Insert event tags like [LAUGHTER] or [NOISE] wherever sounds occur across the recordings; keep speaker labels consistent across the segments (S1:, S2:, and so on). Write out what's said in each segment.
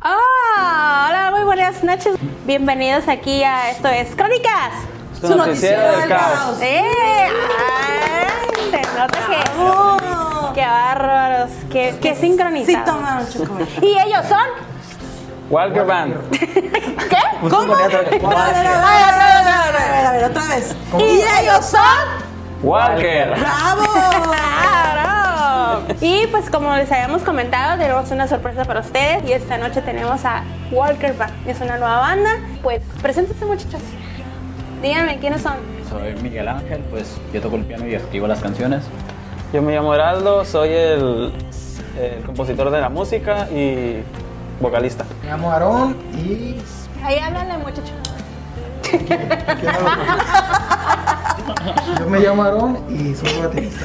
S1: Ah, Bienvenidos aquí a esto es Crónicas.
S2: Su noticiero del caos.
S1: ¡Eh! Ay, se nota que. ¡Qué bárbaros! ¡Qué, qué
S2: Oh. Sí,
S1: sincronizados!
S2: tomaron chocolate.
S1: ¿Y ellos son?
S3: Walker Band.
S1: ¿Qué?
S2: ¿Cómo? A ver, a
S1: [LAUGHS]
S2: ver, a ver, a ver, a ver, a ver, a ver, otra vez.
S1: ¿Y ellos son?
S3: Walker.
S2: ¡Bravo!
S1: ¡Claro! Y pues como les habíamos comentado, tenemos una sorpresa para ustedes. Y esta noche tenemos a Walker Band. Es una nueva banda. Pues, preséntense muchachos. Díganme, ¿quiénes son?
S4: Soy Miguel Ángel, pues yo toco el piano y escribo las canciones.
S3: Yo me llamo Heraldo, soy el, el compositor de la música y vocalista.
S5: Me llamo Aarón y.
S1: Ahí háblale, muchachos.
S5: ¿qué hago? Yo me llamo Aarón y soy baterista.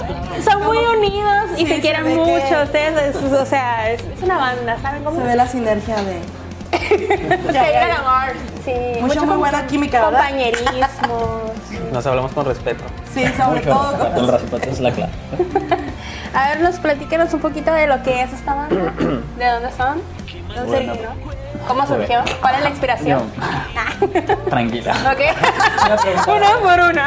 S1: [LAUGHS] Son muy unidos y
S2: Sí,
S1: se quieren
S2: se ve
S1: mucho.
S2: que-
S1: Ustedes, es- o sea, es, es una banda, ¿saben cómo?
S2: Se ve la sinergia de.
S1: [LAUGHS] Se ve el amor. Sí,
S2: Mucha muy
S1: com-
S2: buena química, ¿verdad? [LAUGHS]
S1: Compañerismo.
S3: Nos hablamos con respeto.
S2: Sí, sobre todo
S4: El
S2: con
S4: respeto es la clave.
S1: A ver, nos platíquenos un poquito de lo que es esta
S4: [COUGHS]
S1: banda. ¿De dónde son? ¿Dónde se
S4: Bueno.
S1: originó? ¿Cómo surgió? ¿Cuál es la inspiración? [LAUGHS]
S4: Tranquila.
S1: Ok. [LAUGHS]
S4: [LAUGHS]
S1: una por una.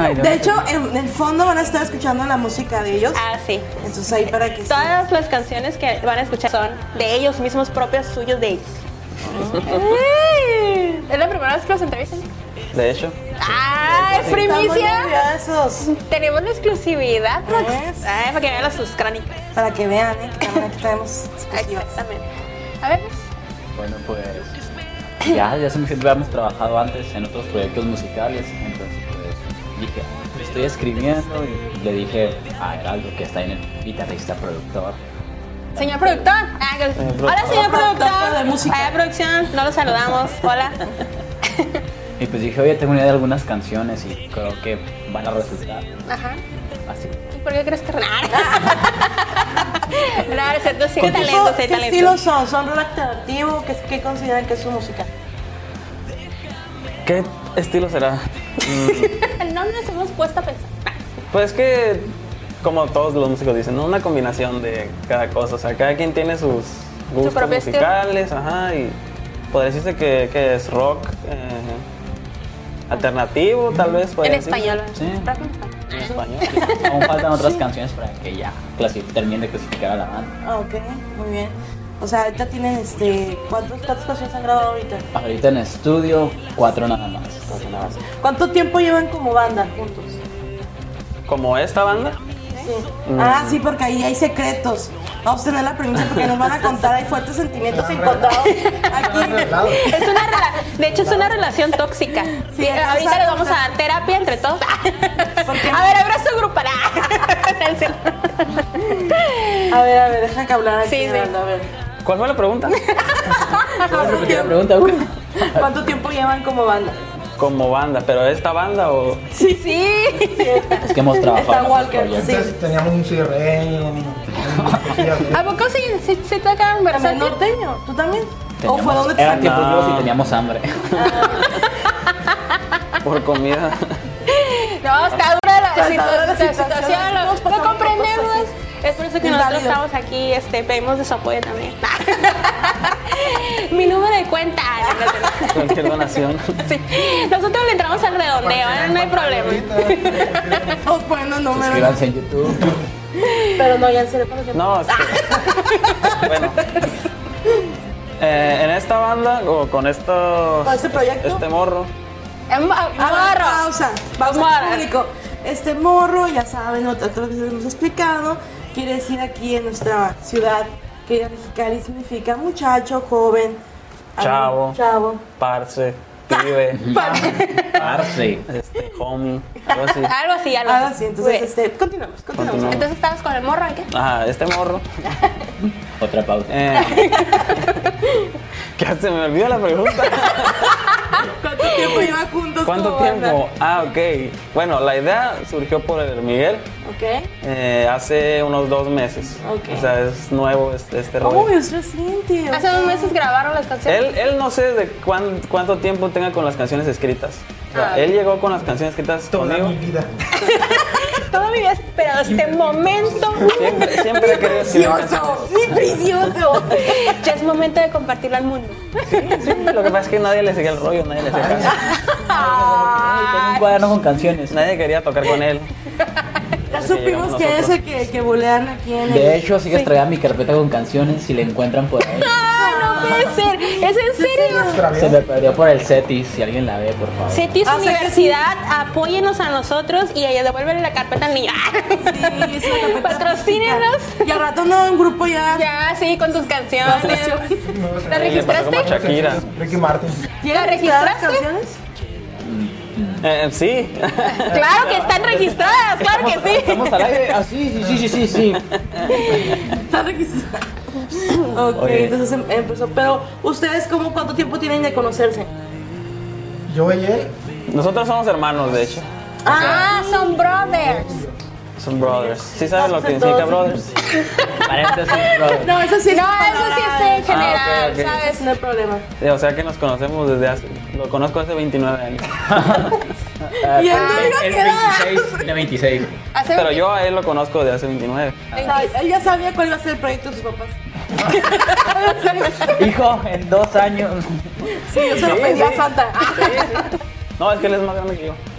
S4: Ay, no.
S2: De hecho, en el fondo van a estar escuchando la música de ellos.
S1: Ah, sí.
S2: Entonces ahí para que.
S1: Todas las canciones que van a escuchar son de ellos mismos, propios, suyos, de
S4: [LAUGHS]
S1: ellos. Ay, ¿Es la primera vez que los entrevistan?
S3: De hecho,
S1: ¡Ah, es
S2: Están muy
S1: primicia!
S2: nerviosos.
S1: Tenemos la exclusividad. eh,
S2: Pues.
S1: Ay, para que vean las sus crónicas.
S2: Para que vean, ¿eh? que también Aquí tenemos exclusivas.
S1: Exactamente. A ver,
S4: Bueno, pues ya, ya hace mucho tiempo habíamos trabajado antes en otros proyectos musicales, entonces pues dije, estoy escribiendo y le dije a Heraldo que está en el guitarrista productor.
S1: señor productor. Ah, que- Hola, señor
S2: Productor de
S1: productor.
S2: música.
S1: Hola, producción. No los saludamos.
S2: [LAUGHS]
S1: Hola.
S4: Y pues dije, oye, tengo una idea de algunas canciones y creo que van a resultar
S1: Ajá.
S4: así.
S1: ¿Y por qué crees que
S2: [LAUGHS]
S1: Nah, no es cierto, sí, hay
S2: ¿Qué
S1: talento, sí, hay
S2: tipo- ¿Qué estilo
S1: talento.
S2: son? ¿Son rock alternativo? ¿Qué, qué consideran que es su música?
S3: ¿qué estilo será?
S1: [LAUGHS] No nos hemos puesto a pensar.
S3: Pues que, como todos los músicos dicen, ¿no? una combinación de cada cosa. O sea, cada quien tiene sus gustos
S1: propio estilo.
S3: musicales, ajá, y podría decirse que, que es rock eh, alternativo, tal vez.
S1: En
S3: podría decirse.
S1: español.
S4: Sí.
S1: Rap en español.
S3: En español.
S4: [LAUGHS] Aún faltan otras canciones para que ya clasi- termine de clasificar a la banda.
S2: Ah, ok, muy bien. O sea, ahorita tienen este. ¿Cuántos, ¿Cuántas canciones han grabado ahorita?
S4: Ahorita en estudio, cuatro nada más.
S2: ¿Cuánto tiempo llevan como banda juntos?
S3: Como esta banda,
S2: Sí. Ah, sí, porque ahí hay secretos. Vamos a tener la premisa porque nos van a contar. Hay fuertes sentimientos encontrados aquí.
S1: Es una rela- de hecho, es una relación tóxica.
S2: Sí,
S1: Sí, ahorita
S2: exacto.
S1: les vamos a dar terapia entre todos. A ver, abrazo grupal. Ah, [LAUGHS] no es cierto.
S2: A ver, a ver, deja que hablar aquí.
S1: Sí, sí.
S2: Heraldo, A ver.
S3: ¿cuál fue la pregunta?
S1: [LAUGHS]
S2: ¿Cuánto
S4: La
S2: tiempo,
S4: pregunta, güey.
S2: cuánto tiempo llevan como banda?
S3: Como banda, pero esta banda o
S1: Sí, sí.
S4: Es que hemos trabajado.
S2: Está
S4: en otros
S2: Walker,
S4: proyectos.
S2: sí.
S5: Entonces teníamos un CRN,
S1: ¿A poco sí, sí, sí tocan
S2: ¿También
S1: versátil?
S2: norteño? ¿Tú también? ¿O
S4: Teníamos-
S2: fue donde te
S4: Eran
S2: [LAUGHS] sacaste?
S4: tiempos duros
S3: No.
S4: y teníamos
S2: [LAUGHS]
S4: hambre. [LAUGHS]
S3: por comida. [LAUGHS]
S1: No, está dura la,
S2: Está
S1: situ-
S2: dura la
S1: la
S2: situación.
S1: situación, lo,
S2: Hemos pasado
S1: lo comprendemos.
S2: por cosas
S1: Es por eso que
S2: Es
S1: nosotros
S2: válido.
S1: estamos aquí, este, pedimos de su apoyo también. [LAUGHS] Mi número de
S2: [LAUGHS]
S1: cuenta. Ah, no, no, no.
S3: Cualquier donación.
S1: Sí. Nosotros le entramos al redondeo, ¿eh? no hay problema.
S2: Todos poniendo números.
S4: Suscríbanse en YouTube.
S2: Pero no, ya en serio, ¿para qué?
S3: No, es
S1: [LAUGHS]
S3: que- bueno. Eh, en esta banda o con esto,
S2: ¿Con este proyecto?
S3: este morro,
S1: Em- ah,
S2: A ver,
S1: Morro.
S2: pausa, pausa
S1: Morro.
S2: público. Este morro, ya saben, ot- otras veces lo hemos explicado, quiere decir aquí en nuestra ciudad, que en Mexicali significa muchacho, joven,
S3: Chavo.
S2: chavo.
S3: parce, pibe,
S2: [LAUGHS]
S4: Parce.
S3: este homie, algo así.
S1: Algo así, algo
S2: Ahora
S1: así.
S2: Ah, sí, entonces,
S1: Muy bien.
S2: este, continuamos, continuamos.
S3: Continuamos.
S1: Entonces estabas con el morro, ¿en qué?
S3: Ajá, este morro.
S4: Otra pausa.
S3: Eh, [LAUGHS] que se me olvidó la pregunta.
S2: [LAUGHS] ¿Cuánto tiempo lleva juntos?
S3: ¿Cuánto
S2: como banda?
S3: tiempo? Ah, ok. Bueno, la idea surgió por el Miguel
S2: Ok.
S3: eh, hace unos dos meses.
S2: Ok.
S3: O sea, es nuevo este, este rollo.
S2: Uy, es reciente.
S1: Hace dos meses grabaron las canciones.
S3: Él, él no sé de cuán- cuánto tiempo tenga con las canciones escritas. O sea,
S1: Ah.
S3: él llegó con las canciones escritas
S5: Toda
S3: conmigo.
S5: mi vida.
S1: Toda mi vida he esperado este momento.
S3: Siempre, siempre he querido escribir canciones.
S2: ¡Mi precioso!
S1: Ya es momento de compartirlo al mundo.
S3: Sí, lo que pasa es que nadie le seguía el rollo, nadie le hacía caso.
S4: Tengo un cuaderno Ah, con canciones.
S3: Nadie quería tocar con él.
S2: Ya supimos que es el que, que bulean aquí en
S4: De
S2: el...
S4: hecho, sigue extraída mi carpeta con canciones. Si la encuentran por ahí,
S1: Ah, no puede ser. ¿Es en serio?
S4: se me perdió por el SETI. Si alguien la ve, por favor.
S1: Cetis
S2: Ah, O sea que
S1: Universidad, apóyenos a nosotros y ella devuélvele la carpeta al niño.
S2: Sí, es una carpeta
S1: Patrocínenos.
S2: musical. Y al rato no, un grupo ya...
S1: Ya, sí, con tus canciones. ¿La
S3: Y le pasó como a
S1: registraste?
S3: Shakira.
S5: Ricky Martin.
S1: ¿La
S2: ¿Las
S1: registraste?
S2: canciones?
S3: Eh, sí. [LAUGHS]
S1: Claro que están registradas, claro que sí.
S4: Estamos al aire. Ah, sí, sí, sí, sí, sí. sí.
S2: Está registrada. Ok,
S4: Oye.
S2: entonces em- empezó. Pero, ¿ustedes cómo, cuánto tiempo tienen de conocerse?
S5: Yo y él.
S3: Nosotros somos hermanos, de hecho.
S1: Ah, son brothers.
S3: Son brothers. ¿Sí sabes lo que
S2: Entonces,
S3: significa brothers?
S4: Paréntesis, brother.
S2: No, eso sí
S1: No, eso sí es en
S3: Ah,
S1: general,
S3: ok, ok.
S1: ¿sabes?
S2: No hay problema.
S3: Sí, O sea que nos conocemos desde hace. Lo conozco hace 29
S2: [LAUGHS]
S3: años.
S4: Ah,
S2: Y el
S4: el
S2: negro
S4: el
S2: queda.
S4: 26, de 26.
S1: Hace
S3: Pero yo a él lo conozco desde hace 29.
S2: O sea, él ya sabía cuál iba a ser el proyecto de sus
S1: [LAUGHS]
S2: papás.
S4: Hijo, en dos años.
S2: Sí, yo se lo
S3: Sí,
S2: pedí a
S3: sí.
S2: Santa. Ah,
S3: No, es que él es más grande que yo. [LAUGHS]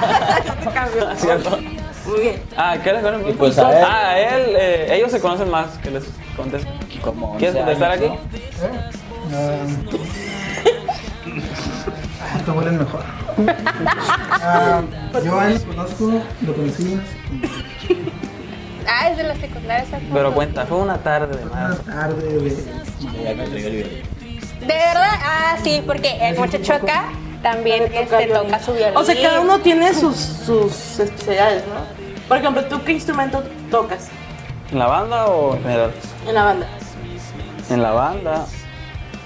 S2: [LAUGHS] ya te cambió.
S3: ¿Cierto?
S2: Muy bien.
S3: Ah, ¿qué les conozco?
S4: Y pues a él.
S3: Ah, él, eh, ellos se conocen más que les contesto.
S4: Como
S3: ¿Quieres
S4: 11
S3: contestar
S4: años,
S3: aquí?
S5: ¿Eh? Ah, te huelen mejor. Ah, yo a él lo conozco, lo conocí
S1: Ah, es de la secundaria. esa foto.
S3: Pero cuenta, fue una tarde de
S5: una
S3: marzo.
S5: tarde de.
S4: ¿no? Ya me entregué el video.
S1: De verdad, ah, sí, porque el muchacho acá también este, toca su violín.
S2: O sea, cada uno tiene sus, sus especialidades, ¿no? Por ejemplo, ¿tú qué instrumento tocas
S3: ¿En la banda o en general?
S2: en la banda?
S3: En la banda.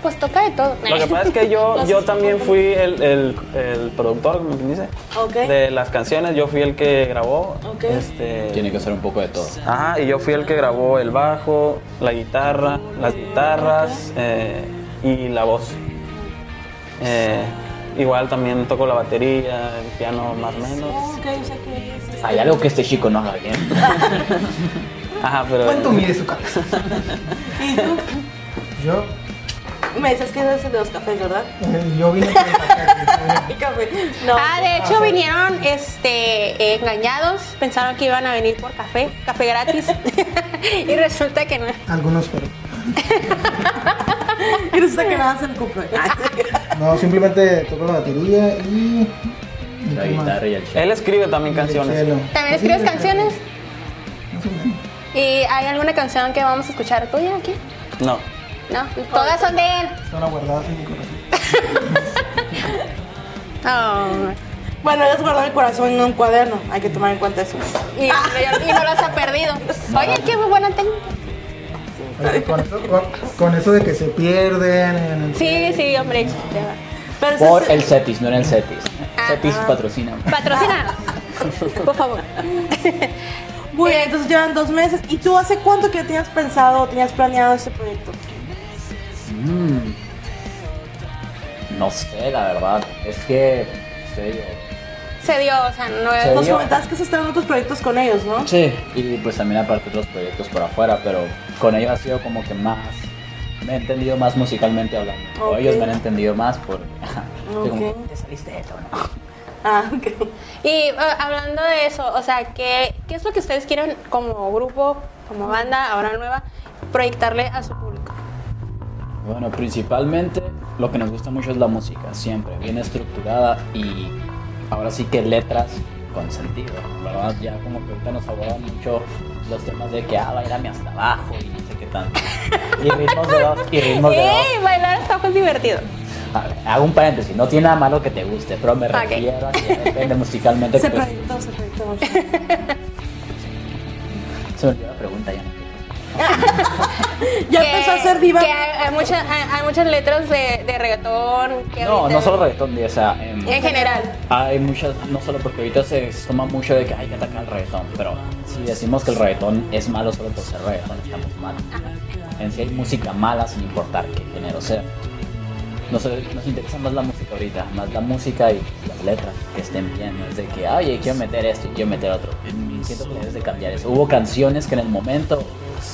S1: Pues toca de todo. Pues
S3: Lo que pasa es
S1: [LAUGHS]
S3: que
S2: [LAUGHS]
S3: yo, yo también fui el, el, el productor, como quien dice,
S2: Ok.
S3: de las canciones. Yo fui el que grabó.
S2: Ok.
S3: Este,
S4: Tiene que ser un poco de todo.
S3: Ajá, y yo fui el que grabó el bajo, la guitarra, las guitarras eh, y la voz. Eh, igual también toco la batería, el piano más o menos.
S2: Ok, o sea que...
S4: Hay algo que este chico no haga bien.
S3: Ajá, pero...
S5: ¿Cuánto mide su cabeza?
S2: [LAUGHS] ¿Y tú?
S5: Yo,
S2: Me decías que eres el de los cafés, ¿verdad?
S5: eh, yo vine por el café.
S2: Y café. No.
S1: Ah, de hecho vinieron este, eh, engañados, pensaron que iban a venir por café, café [LAUGHS] gratis. y resulta que no.
S5: [LAUGHS] Algunos, pero.
S2: Y resulta que nada se le cumple.
S1: [LAUGHS]
S5: No, simplemente toco la batería y. y
S4: La
S5: qué más.
S4: guitarra y el chelo.
S3: Él escribe también
S5: Y el
S3: canciones.
S5: cello.
S1: ¿También
S5: Sí,
S1: escribes
S5: sí,
S1: canciones?
S5: Más o menos.
S1: ¿Y hay alguna canción que vamos a escuchar tuya aquí?
S3: No.
S1: No, todas son de él.
S5: Son guardadas en mi corazón.
S1: Oh.
S2: Bueno, es guardar el corazón en un cuaderno. Hay que tomar en cuenta eso.
S1: Y, y no las ha perdido. Oye, qué buena técnica.
S5: Oye, Con eso, con, con eso de que se pierden en el
S1: Sí, sí, hombre.
S2: Pero eso
S4: Por
S2: es-
S4: el Cetis, no era el Cetis.
S1: Ah.
S4: Cetis patrocina.
S1: Patrocina. Por favor.
S2: Muy bien, entonces llevan dos meses. ¿Y tú hace cuánto que tenías pensado o tenías planeado este proyecto?
S4: Mm. No sé, la verdad. Es que. no sé, yo-
S1: Se dio, o sea, no es.
S4: Se
S2: Nos
S4: dio.
S2: comentabas que se estaban otros proyectos con ellos, ¿no?
S4: Sí. Y pues también aparte otros proyectos por afuera, pero con ellos ha sido como que más. Me he entendido más musicalmente hablando. O
S2: Ok.
S4: ellos me han entendido más por. [LAUGHS]
S2: Ok.
S4: te saliste de tono.
S2: Ah, ok.
S1: Y eh, hablando de eso, o sea, ¿qué, ¿qué es lo que ustedes quieren como grupo, como banda, ahora nueva, proyectarle a su público?
S4: Bueno, principalmente lo que nos gusta mucho es la música, siempre, bien estructurada y ahora sí que letras con sentido, ¿verdad? Ya como que ahorita nos abordan mucho los temas de que, ah, bailame hasta abajo y no sé qué
S2: [LAUGHS]
S4: tanto. Y ritmos de dos, y ritmos
S2: ¿Eh?
S4: de dos.
S1: ¡Ey! Bailar está muy divertido.
S4: A ver, Ah, hago un paréntesis, no tiene nada malo que te guste, pero me
S1: Ok.
S4: refiero a que
S1: [LAUGHS]
S4: depende musicalmente.
S2: Se
S4: pues,
S2: proyectó, se proyectó. mucho.
S4: se me olvidó la pregunta ya. no.
S2: Ya
S1: Que-
S2: empezó a ser diva.
S1: Que hay, hay muchas, hay, hay muchas letras de, de reggaetón. Que
S4: No,
S1: ahorita-
S4: no solo reggaetón, o sea, em,
S1: En general.
S4: Hay muchas, no solo porque ahorita se toma mucho de que hay que atacar el reggaetón, pero si decimos que el reggaetón es malo solo por ser reggaetón, estamos mal. En sí hay música mala sin importar qué género sea. nos, nos interesa más la música ahorita, más la música y las letras que estén bien. No es de que, oye, quiero meter esto y quiero meter otro. Mm, Siento que debes de cambiar eso. Hubo canciones que en el momento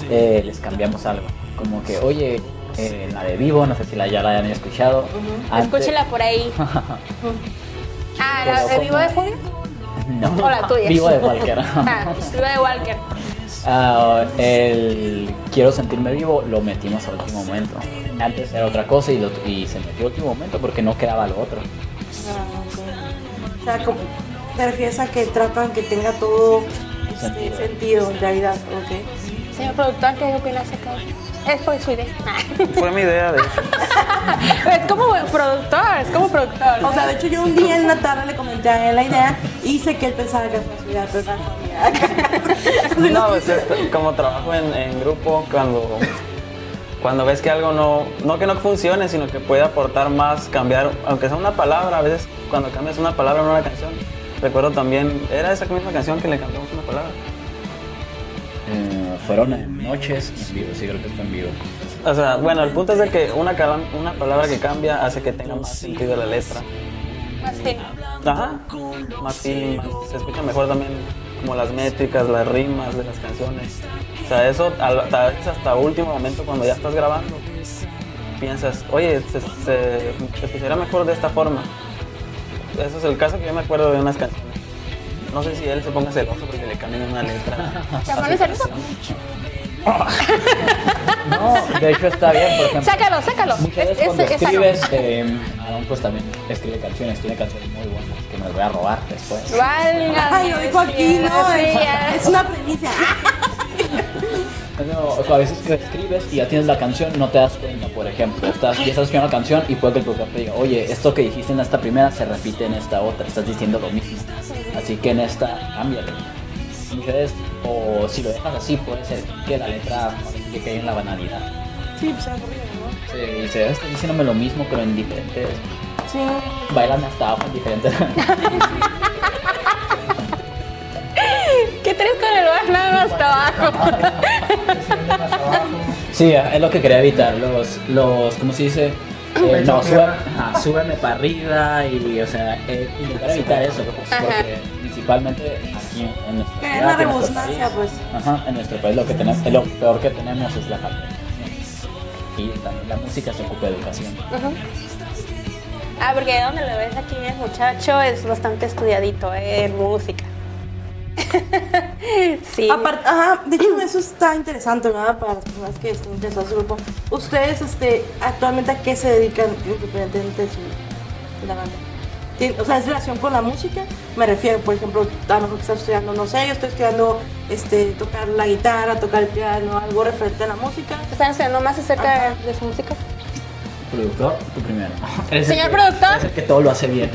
S4: eh, les cambiamos algo. Como que, oye, eh, la de Vivo, no sé si la, ya la hayan escuchado. Antes-
S1: Escúchela por
S4: [LAUGHS]
S1: ahí. ah, ¿la de Viva de Julio?
S4: No.
S1: O la tuya.
S4: Vivo
S1: [LAUGHS]
S4: de cualquiera.
S1: Ah, Viva de Walker.
S4: Ah, el quiero sentirme vivo lo metimos al último momento. Antes era otra cosa y, lo- y se metió al último momento porque no quedaba lo otro.
S2: O sea, como, te refieres a que tratan que tenga todo este,
S4: Sentido.
S2: sentido. en realidad, ok.
S1: Señor productor, ¿qué opina acerca de Es fue su idea.
S2: Ah.
S3: Fue mi idea, de hecho.
S1: [LAUGHS] es como buen productor, es como productor.
S2: O sea, de hecho yo un día en la tarde le comenté a él la idea y sé que él pensaba que fue su idea, pero no
S4: [LAUGHS]
S2: [LAUGHS] fue mi idea.
S3: No, pues, este, como trabajo en, en grupo, cuando, cuando ves que algo no, no que no funcione, sino que puede aportar más, cambiar, aunque sea una palabra, a veces cuando cambias una palabra en una canción, recuerdo también, era esa misma canción que le cambiamos una palabra.
S4: Eh, fueron en noches y en vivo, sí creo que fue en vivo.
S3: O sea, bueno, el punto es de que una, cala- una palabra que cambia hace que tenga más sentido la letra.
S1: Más que-
S3: Ajá, más feeling, más- se escucha mejor también como las métricas, las rimas de las canciones. O sea, eso al- a veces hasta último momento cuando ya estás grabando, piensas, oye, se, se, se escuchará mejor de esta forma. Eso es el caso que yo me acuerdo de unas canciones. No sé si él se ponga celoso porque le cambian una letra.
S1: Llámalo celoso.
S4: No, de hecho está bien, por ejemplo.
S1: Sácalo, sácalo.
S4: Muchas
S1: Es-
S4: veces cuando
S1: es- esa no.
S4: escribes, eh, Aaron pues también escribe canciones, tiene canciones muy buenas que me las voy a robar después.
S1: Válgame,
S2: Ay, hoy Joaquín, no,
S1: sí, ya.
S2: es, es una premisa.
S4: No, o sea, a veces que escribes y ya tienes la canción, no te das cuenta, por ejemplo. Estás, ya estás escuchando la canción y puede que el productor te diga, oye, esto que dijiste en esta primera se repite en esta otra, estás diciendo lo mismo. Así que en esta, cámbiale. Muchas veces, o si lo dejas así, puede ser que la letra que caiga en la banalidad.
S2: Sí, pues aburrido, ¿no?
S4: Sí, y se estás diciéndome lo mismo, pero en diferentes.
S2: Sí.
S4: Bailan hasta abajo en diferentes. [LAUGHS]
S1: ¿Qué tres con el bar nada más hasta
S4: [LAUGHS]
S1: abajo?
S5: más abajo.
S4: sí, es lo que quería evitar. Los, los ¿cómo se dice? Eh, no, sube- ajá, súbeme para arriba y, o sea, eh, intentar evitar eso. pues, Porque principalmente aquí en nuestro
S2: Que es la
S4: en nuestro
S2: redundancia,
S4: país,
S2: pues.
S4: Ajá, en nuestro país lo, que tenemos, lo peor que tenemos es la falta de educación. Y también la música se ocupa de educación.
S1: Ujú. Ah, porque de donde lo ves aquí, el muchacho es bastante estudiadito eh, en música. [LAUGHS] sí.
S2: Aparte, ajá, de hecho eso está interesante, ¿verdad? Para las personas que están interesadas en su grupo. ¿Ustedes este, actualmente a qué se dedican independientemente de su- de la banda? Tien- O sea, ¿es relación con la música? Me refiero, por ejemplo, a lo mejor que estás estudiando, no sé, yo estoy estudiando este, tocar la guitarra, tocar el piano, algo referente a la música.
S1: ¿Están estudiando más acerca
S2: Ajá.
S1: de su música?
S4: Productor, tú [LAUGHS] primero. Eres el
S1: Señor
S4: que-
S1: productor.
S4: eres el que todo lo hace bien.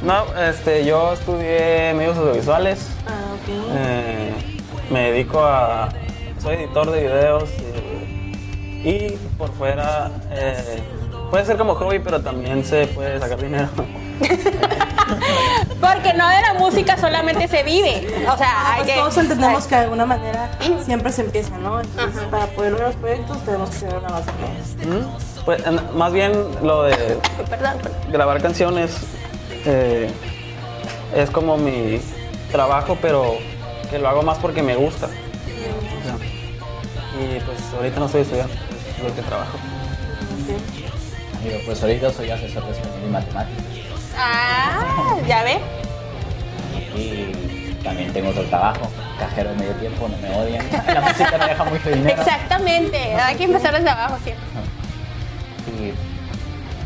S3: No, este, yo estudié medios audiovisuales.
S2: Ah, ok.
S3: Eh, me dedico a. Soy editor de videos eh, y, por fuera. eh, puede ser como hobby, pero también se puede sacar dinero.
S1: Porque no de la música solamente se vive. O sea, hay
S2: Pues
S1: que.
S2: todos entendemos que de alguna manera siempre se empieza, ¿no? Entonces, para poder lograr los proyectos tenemos que tener una base. ¿no?
S3: ¿Mm? Pues, en- más bien lo de
S1: Ay, Perdón, perdón.
S3: grabar canciones eh, es como mi trabajo, pero que lo hago más porque me gusta. O sea, Y pues ahorita no estoy estudiando, es lo que trabajo.
S2: Ok.
S4: Digo, pues ahorita soy asesor de español y matemáticas.
S1: Ah, ya ve.
S4: Y también tengo otro trabajo, cajero de medio tiempo, no me odian. La música me deja mucho dinero.
S1: Exactamente. Hay que empezar desde abajo siempre.
S4: Y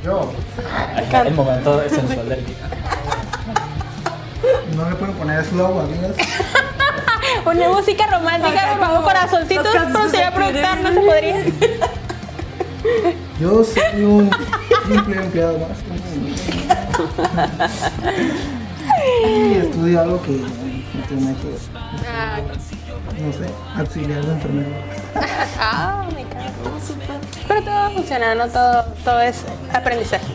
S5: Yo,
S4: el momento sensual del día.
S5: no le pueden poner slow a Dios.
S1: Una música romántica, por favor, corazoncitos,
S2: Las
S1: pero
S2: canciones
S1: sería
S2: de
S1: productor, no se
S2: Pirineo.
S1: podría.
S5: Yo soy un simple empleado más. [LAUGHS] Y estudio algo que no tiene que ver.
S1: Ah,
S5: No sé, auxiliar de enfermero.
S1: ah, me encanta. Pero todo funciona, no todo, todo es aprendizaje.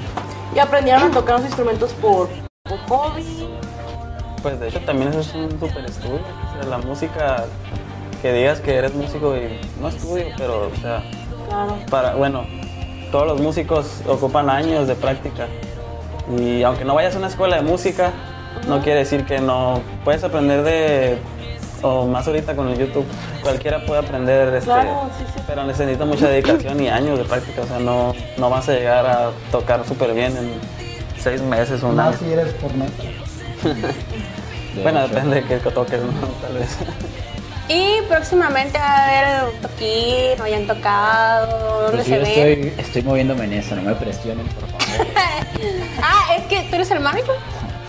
S2: Y aprendieron a tocar los instrumentos por, por hobby.
S3: Pues de hecho también eso es un super estudio. O sea, la música, que digas que eres músico y no estudio, pero o sea,
S2: Claro.
S3: para, bueno, todos los músicos ocupan años de práctica. Y aunque no vayas a una escuela de música, no quiere decir que no puedes aprender de o más ahorita con el YouTube, cualquiera puede aprender este,
S2: Claro, sí, sí.
S3: pero necesita mucha dedicación y años de práctica, o sea, no, no vas a llegar a tocar súper bien en seis meses, un
S5: Más
S3: año.
S5: si eres por neta.
S4: De
S3: Bueno,
S4: hecho,
S3: depende de qué toques, ¿no? [LAUGHS] Tal vez.
S1: Y próximamente va a haber un toquín, hayan tocado, donde se
S4: inclusive
S1: ven.
S4: Pues estoy, estoy moviéndome en eso, no me presionen, por favor.
S1: [LAUGHS] Ah, es que tú eres el mágico.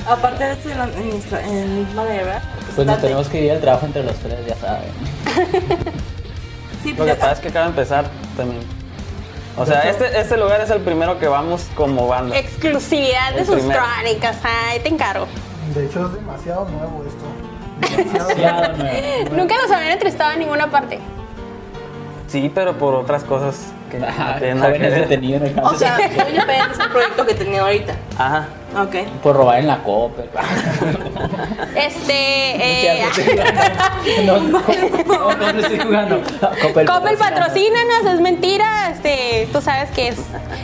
S2: Aparte de esto, en, la- en, nuestra- en mi madre, ¿verdad?
S4: Pues nos tenemos que ir al trabajo entre los tres, ya
S1: [LAUGHS]
S4: saben.
S2: Sí,
S3: Lo
S2: pues
S3: que
S2: ya-
S3: pasa es que acaba de empezar también. O sea, este, este lugar es el primero que vamos como banda.
S1: Exclusividad de
S3: El
S1: sus
S3: primero.
S1: crónicas. Ay, te encargo.
S5: De hecho, es demasiado nuevo esto.
S1: [LAUGHS]
S4: Claro, me-
S1: Nunca los habían entrevistado en ninguna parte.
S3: Sí, pero por otras cosas que Ah, no tienen nada que
S4: Jóvenes
S3: ver.
S4: detenidos en el
S2: O
S4: campo.
S2: sea, Doña Pérez es el proyecto que tenía ahorita.
S3: Ajá.
S2: Ok.
S4: Por robar en la copa.
S1: Este.
S4: [LAUGHS]
S1: eh, [LAUGHS]
S4: No, no, no, no, no estoy jugando. Coppel,
S1: Coppel, patrocínanos, es mentira. Este, tú sabes que es,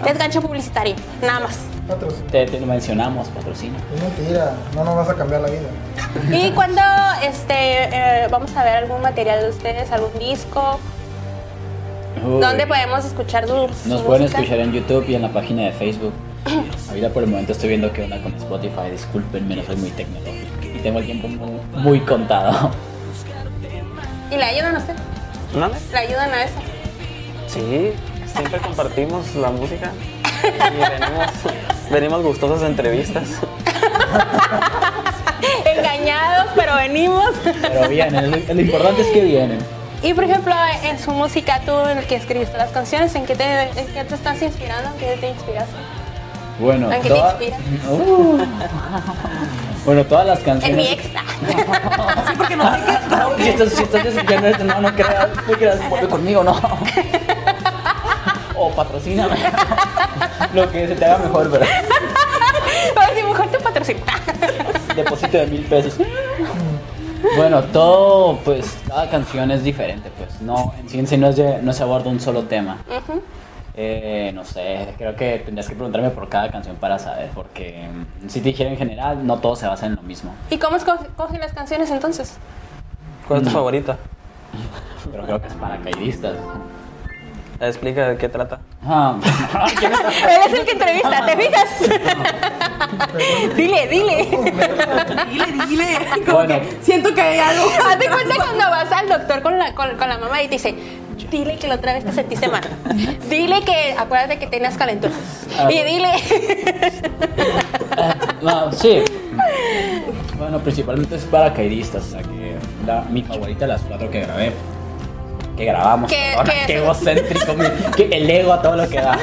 S1: es gancho publicitario, nada más.
S5: Otros.
S4: Te, te lo mencionamos, patrocina.
S5: Es mentira, no nos vas a cambiar la vida.
S4: [LAUGHS]
S1: ¿Y cuando este, eh, vamos a ver algún material de ustedes, algún disco?
S4: Uy.
S1: ¿Dónde podemos escuchar su, su
S4: Nos pueden
S1: música?
S4: escuchar en YouTube y en la página de Facebook. Ahorita por el momento estoy viendo qué onda con Spotify. Discúlpenme, no soy muy tecnológico. Y tengo el tiempo muy, muy contado.
S1: ¿Y le ayudan a usted?
S3: ¿No?
S1: ¿Le ayudan a eso?
S3: Sí, siempre compartimos la música y venimos, venimos gustosos a entrevistas.
S1: Engañados, pero venimos.
S4: Pero vienen, lo, lo importante es que vienen.
S1: Y por ejemplo, en su música, tú en el que escribiste las canciones, ¿en qué te, en qué te estás inspirando? ¿En qué te inspiraste?
S4: Bueno,
S1: ¿En qué te
S4: toda-
S1: inspiras?
S4: Uh. bueno, todas las
S1: En mi
S4: canciones.
S1: extra. [LAUGHS]
S4: No, si estás, si estás escuchando esto, no, no creas, no creas, vuelve
S1: [LAUGHS]
S4: conmigo, no. O patrocíname. Lo que se te haga mejor, pero
S1: A ver si mejor te patrocina.
S4: depósito de mil pesos. Bueno, todo, pues, cada canción es diferente, pues, no, en sí, en sí no, es de- no se aborda un solo tema. Eh, no sé, creo que tendrías que preguntarme por cada canción para saber, porque mm, si te dijera en general, no todo se basa en lo mismo.
S1: ¿Y cómo escogen las canciones entonces?
S3: ¿Cuál
S4: Mm.
S3: es tu favorita?
S4: Pero creo que es paracaidistas.
S3: Explica de qué trata.
S4: Ah, ¿quién está
S1: [LAUGHS] Él es el que entrevista, ¿te
S4: [LAUGHS]
S1: fijas? dile, dile.
S2: Dile, dile. Como
S4: Bueno.
S2: que siento que hay algo.
S1: Hazte cuenta cuando vas al doctor con la, con, con la mamá y te dice, dile que la otra vez te sentiste mal. Dile que, acuérdate que tenías calentura.
S4: Ah.
S1: Y dile. [LAUGHS]
S4: No, Ah, sí. Bueno, principalmente es paracaidistas, o sea que la- mi favorita de las cuatro que grabé. Que grabamos.
S1: ¿Qué-
S4: perdona,
S1: qué?
S4: qué egocéntrico, mi- que el ego a todo lo que da.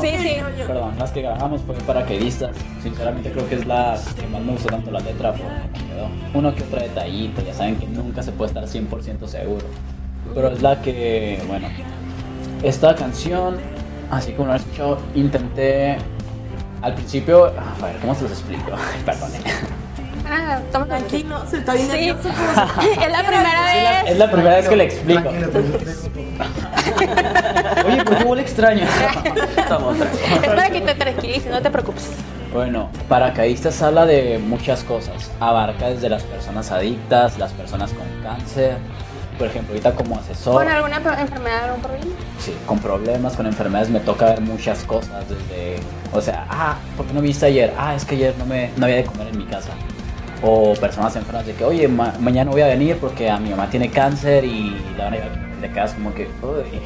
S1: sí, sí.
S4: Perdón, las que grabamos fue paracaidistas. Sinceramente creo que es la que más me gustó tanto la letra porque me quedó uno que otro detallito, ya saben que nunca se puede estar 100% seguro. Pero es la que, bueno, esta canción, así como lo han escuchado, intenté al principio, a ver, ¿cómo se los explico? [LAUGHS] Perdón. eh.
S1: Ah, toma tranquilo.
S2: Tranquilo, se está bien
S1: Sí.
S2: nervioso, como
S1: [LAUGHS]
S2: si-
S1: Es la primera
S4: Es
S1: vez.
S4: la primera vez que le explico.
S5: Tranquilo, pues, tranquilo,
S1: [LAUGHS]
S5: tranquilo.
S4: Oye, ¿por qué huele extraño?
S3: Estamos tres.
S1: Es para que te tranquilices, no te preocupes.
S4: Bueno, paracaidistas habla de muchas cosas. Abarca desde las personas adictas, las personas con cáncer. Por ejemplo, ahorita como asesor,
S1: ¿Con alguna enfermedad, algún problema?
S4: sí, con problemas, con enfermedades, me toca ver muchas cosas. Desde, o sea, ah, ¿por qué no viste ayer? Ah, es que ayer no, me, no había de comer en mi casa. O personas enfermas de que, oye, ma- mañana voy a venir porque a mi mamá tiene cáncer y la van a llevar de casa como que, uy.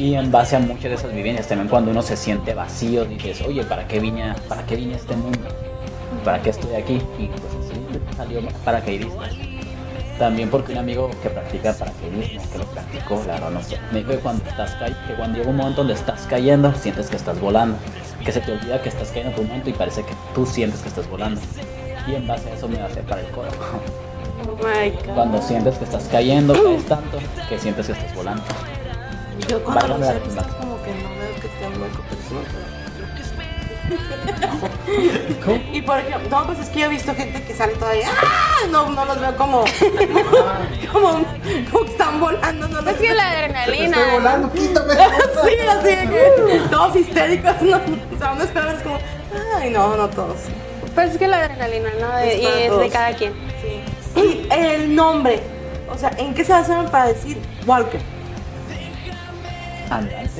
S4: Y en base a muchas de esas vivencias, también cuando uno se siente vacío, dices, oye, ¿para qué vine, a- ¿para qué vine a este mundo? ¿Para qué estoy aquí? Y pues así salió paracaidista. También porque un amigo que practica paracaidismo, que lo practicó, la verdad no sé, me dijo que cuando estás cayendo, que cuando llega un momento donde estás cayendo, sientes que estás volando. Que se te olvida que estás cayendo por un momento y parece que tú sientes que estás volando. Y en base a eso me hace para el coro.
S1: Oh my God.
S4: Cuando sientes que estás cayendo, caes tanto que sientes que estás volando.
S2: Yo cuando
S4: Válgame
S2: lo
S4: la
S2: sé, pues,
S4: redundancia.
S2: como que no veo que esté muy comprensivo. Y por ejemplo, no, pues es que yo he visto gente que sale todavía. ¡Ah! No, no los veo como. como, como que están volando, no los
S1: Es Pues que
S2: veo.
S1: la adrenalina.
S5: Estoy volando, quítame.
S2: [LAUGHS]
S1: [LAUGHS]
S2: Sí, así de que todos histéricos, ¿no? O sea, uno espera, es como, ay, no, no todos.
S1: Pues es que la adrenalina, ¿no? De-
S2: Es
S1: y
S2: para
S1: es de
S2: todos.
S1: cada quien.
S2: Sí. Y el nombre, o sea, ¿en qué se basaron para decir Walker?
S4: Adelante.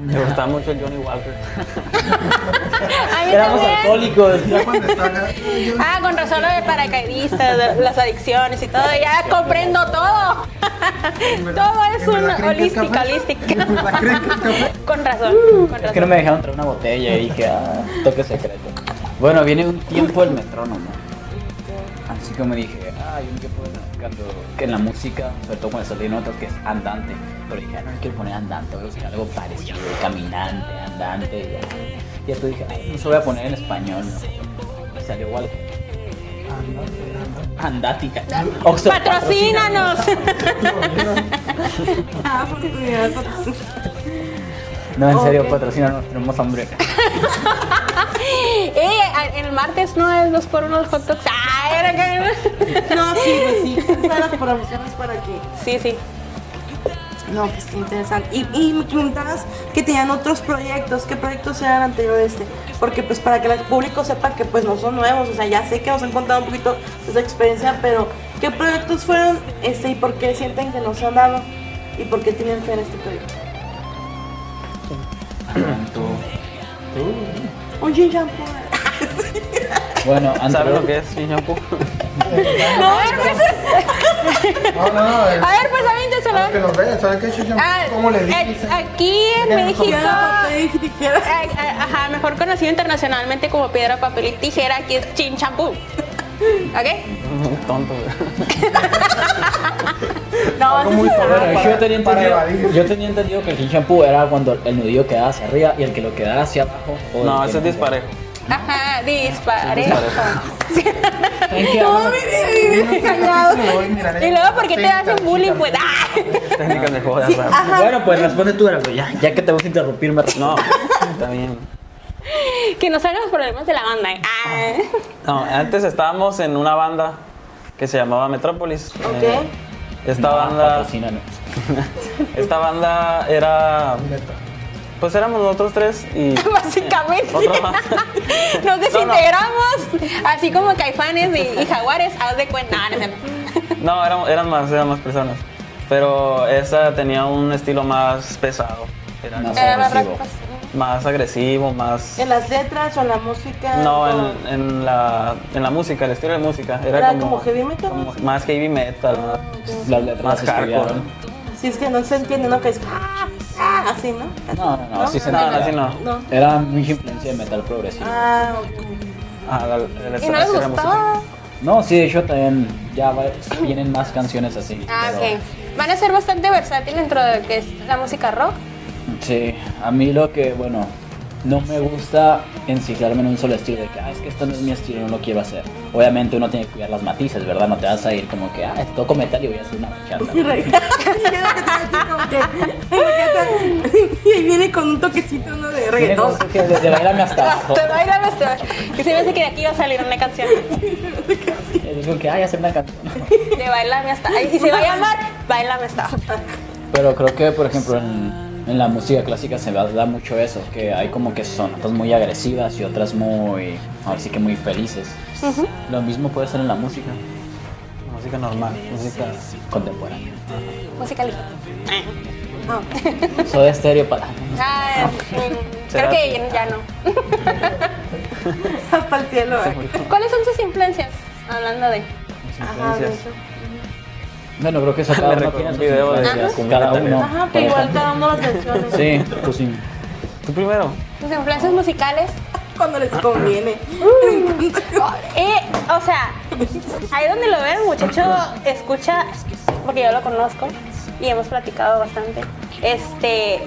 S3: Me gustaba mucho el Johnny Walker.
S1: A mí
S3: Éramos
S1: también.
S3: alcohólicos.
S5: Ya cuando está-
S1: Ah, con razón lo de paracaidistas, de las adicciones y todo, ya comprendo todo. todo es
S5: ¿En verdad
S1: una
S5: creen que es
S1: holística,
S5: café?
S1: holística.
S5: ¿En verdad creen que es café?
S1: Con razón, con razón.
S4: Es que no me dejaron traer una botella y dije, ah, toque secreto. Bueno, viene un tiempo del metrónomo. Así como dije, ah, hay un tiempo de- cuando, que en la música, sobre todo cuando salen notas que es andante. Pero dije, ah, no, no quiero poner andante, voy a buscar algo parecido, caminante, andante. Y, ya. y después dije, ay, no se voy a poner en español. ¿no? Y salió igual. Andática. Oxxo,
S1: Patrocínanos.
S2: Ah, oportunidad para-
S4: No, en serio,
S2: Ok.
S4: patrocínanos, tenemos hambre.
S1: [LAUGHS] eh, a- el martes no es dos por uno los hot dogs. Ah, era que.
S2: [LAUGHS] No, sí, pues [LAUGHS] sí, esas las promociones para que.
S1: Sí, sí.
S2: No, pues qué interesante. Y, y me comentabas que tenían otros proyectos. ¿Qué proyectos eran anterior a este? Porque pues para que el público sepa que pues no son nuevos. O sea, ya sé que nos han contado un poquito de su experiencia, pero ¿qué proyectos fueron este y por qué sienten que no se han dado? ¿Y por qué tienen fe en este proyecto? Un gin shampoo.
S4: Bueno,
S3: ¿Sabes lo
S4: anterior,
S3: que es, Shinyaku?
S1: No, a ver, pues,
S5: No, no, no. eh,
S1: a ver, pues aviénteselo.
S5: Que los vean, ¿saben qué chucha?
S1: Ah,
S5: ¿Cómo le
S1: eh,
S5: dicen?
S1: Aquí en
S5: Déjame
S1: México.
S2: Ah, te dije, dijera.
S1: Ay, ay, Ajá, mejor conocido internacionalmente como piedra, papel y tijera, aquí es chin champú. ¿Ok?
S3: Tonto, güey.
S2: No,
S5: Algo muy
S2: antes-
S5: sobre-
S4: Bueno,
S5: para-
S4: yo, tenía
S5: para [LAUGHS]
S4: entendido,
S5: evadir.
S4: yo tenía entendido que el king shampoo era cuando el nudillo quedaba hacia arriba y el que lo quedaba hacia abajo. o
S3: No,
S4: el
S3: ese es
S4: que
S3: disparejo.
S1: Ajá, disparejo.
S4: ¿En qué
S2: No,
S4: hablas?
S2: mire, mire, callado.
S1: Y luego, ¿por qué te hacen bullying? Pues, ¡ah!
S3: Técnicas de jodas, ¿sabes?
S4: Bueno, pues responde tú, Gerardo, ya, ya que te vas a interrumpir, me
S3: No, está bien.
S1: ah, Que nos hagan los problemas de la banda. ¿eh? Ah. [LAUGHS]
S3: No, antes estábamos en una banda que se llamaba Metrópolis. Eh,
S2: Ok.
S3: esta banda. [LAUGHS] Esta banda era. Pues éramos nosotros tres
S2: [LAUGHS]
S3: y.
S1: Básicamente.
S3: Otro más.
S1: Nos desintegramos, así como caifanes y, y jaguares, haz de cuenta. Ah, no sé.
S3: No, eran, eran más, eran más personas. Pero esa tenía un estilo más pesado. Era
S4: Más
S3: como
S1: Eh, la
S4: agresivo.
S1: verdad,
S3: más agresivo, más.
S2: ¿En las letras o en la música?
S3: No,
S2: o-
S3: en, en la, en la música, el estilo de música. Era,
S2: ¿Era como heavy metal?
S3: como más heavy metal,
S2: Ah,
S3: más-
S2: ok.
S4: Las letras
S3: más
S4: se
S3: hardcore.
S4: estudiaron.
S2: Si es que no se entiende, ¿no? Que es ah, ah, así, ¿no?
S4: No, no, no,
S2: ¿No?
S4: sí se
S3: No, no,
S4: entendía.
S3: sí no.
S2: No.
S4: Era muy influencia de metal progresivo.
S2: Ah, ok.
S3: Ah, la- la- la-
S1: Y no
S3: la
S1: les
S3: música.
S1: gustaba.
S4: No, sí, de hecho también ya va- vienen más canciones así.
S1: Ah,
S4: pero-
S1: ok. Van a ser bastante versátil dentro de que es la música rock.
S4: Sí, a mí lo que, bueno, no me gusta enciclarme en un solo estilo, de que, ah, es que esto no es mi estilo, no lo quiero hacer. Obviamente uno tiene que cuidar las matices, ¿verdad? No te vas a ir como que, ah, toco metal y voy a hacer una bachata.
S2: Y re- y era que estaba así como que- Y ahí viene con un toquecito uno de
S4: Tiene
S2: reggaetón.
S4: como que de, de
S1: [LAUGHS]
S4: bailarme hasta abajo.
S1: Te bailan este. Que se me hace que de aquí va a salir una canción.
S4: Y Digo que, ay, hacer una canción.
S1: De bailame hasta. ay, Y se va a llamar Bailame hasta.
S4: Pero creo que, por ejemplo, en, en la música clásica se va- da mucho eso, que hay como que sonatas muy agresivas y otras muy, ahora sí que muy felices. Lo mismo puede ser en la música
S3: Música normal, música.
S4: contemporánea.
S1: Música ligera.
S2: No.
S4: Soy estéreo para...
S1: Ah, mm, creo
S3: Será
S1: que ya no.
S2: Hasta el cielo. ¿eh?
S1: ¿Cuáles son sus influencias? Hablando de.
S2: Ajá, de
S3: influencias.
S2: eso.
S4: Bueno, creo que
S3: [LAUGHS]
S4: eso
S3: Le
S4: cada uno
S3: recuerdo
S4: tiene
S3: un
S4: sus
S3: video de
S4: influencias,
S3: Community
S4: cada
S3: también.
S4: uno.
S2: Ajá,
S4: por
S2: pero igual
S4: ejemplo.
S2: cada uno las menciona.
S4: Sí, pues sí.
S3: Tú primero.
S1: Sus influencias musicales.
S2: Cuando les conviene.
S1: Eh, o sea, ahí donde lo ven, muchacho escucha, porque yo lo conozco y hemos platicado bastante. Este,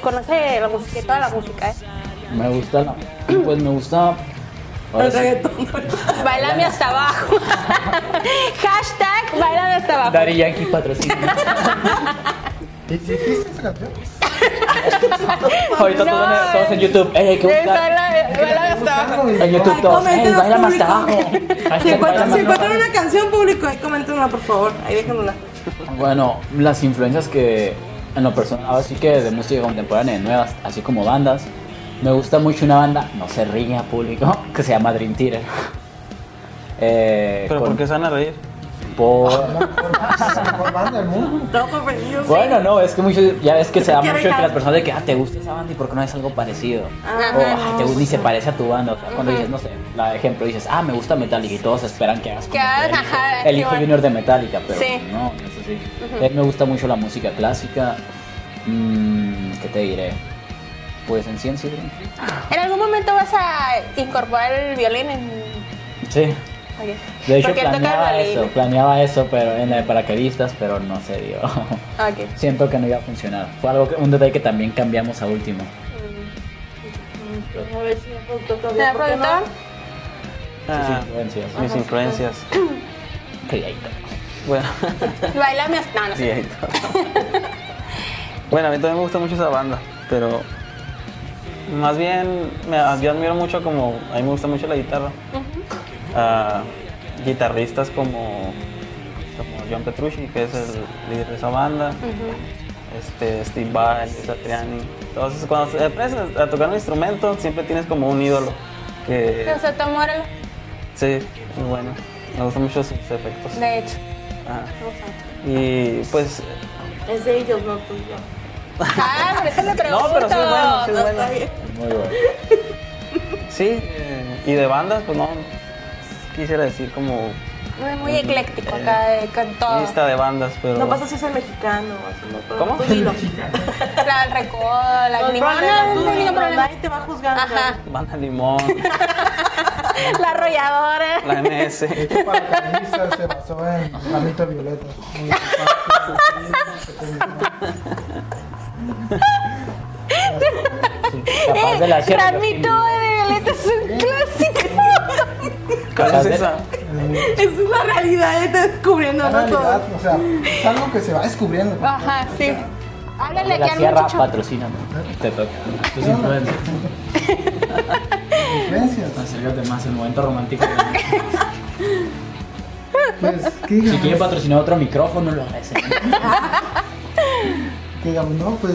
S1: conoce la música, toda la música, ¿eh?
S4: Me gusta la... Pues me gusta... ahora
S2: El
S4: sí,
S2: reggaetón.
S1: Bailame hasta abajo. [LAUGHS] Hashtag bailame hasta abajo.
S4: Daddy Yankee
S2: [LAUGHS]
S4: patrocina.
S5: ¿Y si existe esa canción?
S4: Ahorita
S1: No,
S4: todos, en- todos en YouTube. ey, hay que
S1: Debe
S4: buscar.
S1: estar la- bailame hasta abajo.
S4: En YouTube
S2: Ay,
S4: todos. ¡Ey,
S2: coméntenos,
S4: baila
S2: [LAUGHS]
S4: más
S2: público.
S4: abajo!
S2: Si
S4: Hashtag baila
S2: encuentran,
S4: más
S2: si encuentran
S4: abajo.
S2: una canción, público, ahí coméntenla, por favor. Ahí déjenla.
S4: Bueno, las influencias que en lo personal, ahora sí que de música contemporánea, de nuevas, así como bandas, me gusta mucho una banda, no se riña público, [LAUGHS] que se llama Dream Theater. [LAUGHS] Eh,
S3: ¿Pero
S4: con-
S3: por qué se van a reír?
S4: por-
S5: La [LAUGHS] mejor banda del mundo.
S2: Todo sorprendido.
S4: Bueno, no, es que mucho, ya ves que se da
S2: Quiero
S4: mucho que
S2: dejar-
S4: las personas de que, ah, te gusta esa banda y por qué no es algo parecido.
S2: Ajá.
S4: o, ah, te gusta y se parece a tu banda. O sea, cuando dices, no sé, la ejemplo, dices, ah, me gusta Metallica y todos esperan que hagas como
S1: Que hagas,
S4: el hijo-
S1: ajá,
S4: el
S1: sí,
S4: hijo
S1: bueno.
S4: junior de Metallica, pero
S1: Sí.
S4: no, no es así. A mí me gusta mucho la música clásica. Mm, ¿Qué te diré? Pues en sí, en sí.
S1: ¿En algún momento vas a incorporar el violín en.?
S4: Sí.
S1: Ok.
S4: De hecho,
S1: Porque toca el
S4: planeaba
S1: violín.
S4: eso, planeaba eso, pero en la de paracaidistas, pero no se dio. [LAUGHS]
S1: Ok.
S4: Siento que no iba a funcionar. Fue algo que- un detalle que también cambiamos a último.
S2: A ver si me preguntó
S1: ¿Te
S2: todavía.
S1: la
S2: ¿por qué no?
S1: preguntaban?
S3: Ah,
S4: Sus influencias.
S3: mis influencias.
S4: Criadito.
S3: Bueno,
S1: Baila mi No, no sé.
S3: viejito. Bueno, a mí también me gusta mucho esa banda, pero más bien me, yo admiro mucho como, a mí me gusta mucho la guitarra. A guitarristas como, como John Petrucci, que es el líder de esa banda, este, Steve Vai, Luis Satriani. Entonces, cuando se- aprendes a tocar un instrumento, siempre tienes como un ídolo. Que,
S1: Los Soto Morel,
S3: sí, muy bueno. Me gustan mucho sus efectos.
S1: de hecho.
S3: Ajá.
S1: me gustan.
S3: Y pues
S2: Es de ellos, no tuyo.
S1: Ah, por eso le pregunto.
S3: pero sí es bueno, sí es
S2: No,
S3: bueno.
S2: está bien.
S4: Muy bueno.
S3: Sí, eh, y de bandas, pues no quisiera decir como
S1: Muy, muy ecléctico acá, de, con todo.
S3: lista de bandas, pero.
S2: Ah. No pasa si es el mexicano. Así, no, pero
S3: ¿Cómo?
S2: Tú dilo.
S1: La del recodo, la
S2: No,
S1: limón,
S2: problema,
S1: no,
S2: tú
S1: no hay
S2: dilo,
S1: ningún
S2: no,
S1: problema.
S2: Nadie te va a juzgar.
S1: Ajá.
S3: Banda Limón,
S1: La arrolladora.
S3: la MS. [LAUGHS]
S5: Paracaidistas Este se basó en Palito Violeta. Muy
S4: Capaz
S1: Eh,
S4: de la Sierra.
S1: Gran mito de Violeta es un clásico.
S3: ¿Cuál es
S4: Capaz de-
S3: esa?
S2: Esa es la realidad, ya está descubriendo.
S5: En
S2: ¿no?
S5: realidad,
S2: Todo.
S5: o sea, es algo que se va descubriendo.
S1: Ajá, sí. Háblale
S4: De
S1: aquí
S4: la
S1: al
S4: Sierra,
S1: muchacho.
S4: patrocíname. Te toca. Tus
S5: No, no.
S4: influencias.
S5: Influencias.
S4: Acércate más el momento romántico.
S5: Pues, ¿qué
S4: Si quiere
S5: digamos?
S4: patrocinar otro micrófono, lo agradece.
S5: ¿Qué digamos? No, pues,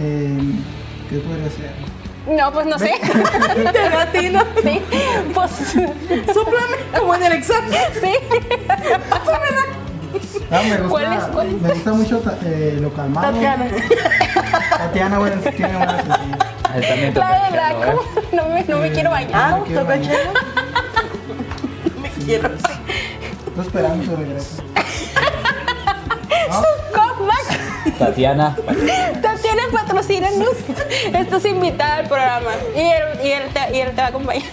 S5: eh, ¿qué podría ser?
S1: No, pues no sé.
S2: Te veo a ti, ¿no?
S1: Sí, pues sí.
S2: Súplame, como en el examen.
S5: Ah, me gusta,
S1: ¿Cuál es? ¿Cuál es?
S5: Me gusta mucho ta- eh, lo calmado.
S2: Tatiana.
S5: Tatiana, bueno, sí tiene buenas sencillas.
S4: Él también toca
S1: La
S4: el
S1: verdad,
S4: piano, ¿eh?
S1: ¿cómo? No me, no me quiero bañar.
S2: Ah,
S5: me quiero
S2: toca el
S5: bañar.
S2: chelo. Me quiero.
S5: Estoy esperando su
S1: [LAUGHS]
S5: regreso.
S1: Comeback.
S4: Tatiana,
S1: Tatiana, patrocínanos. Estás invitada al programa. Y él, y él, te, y él te va a acompañar.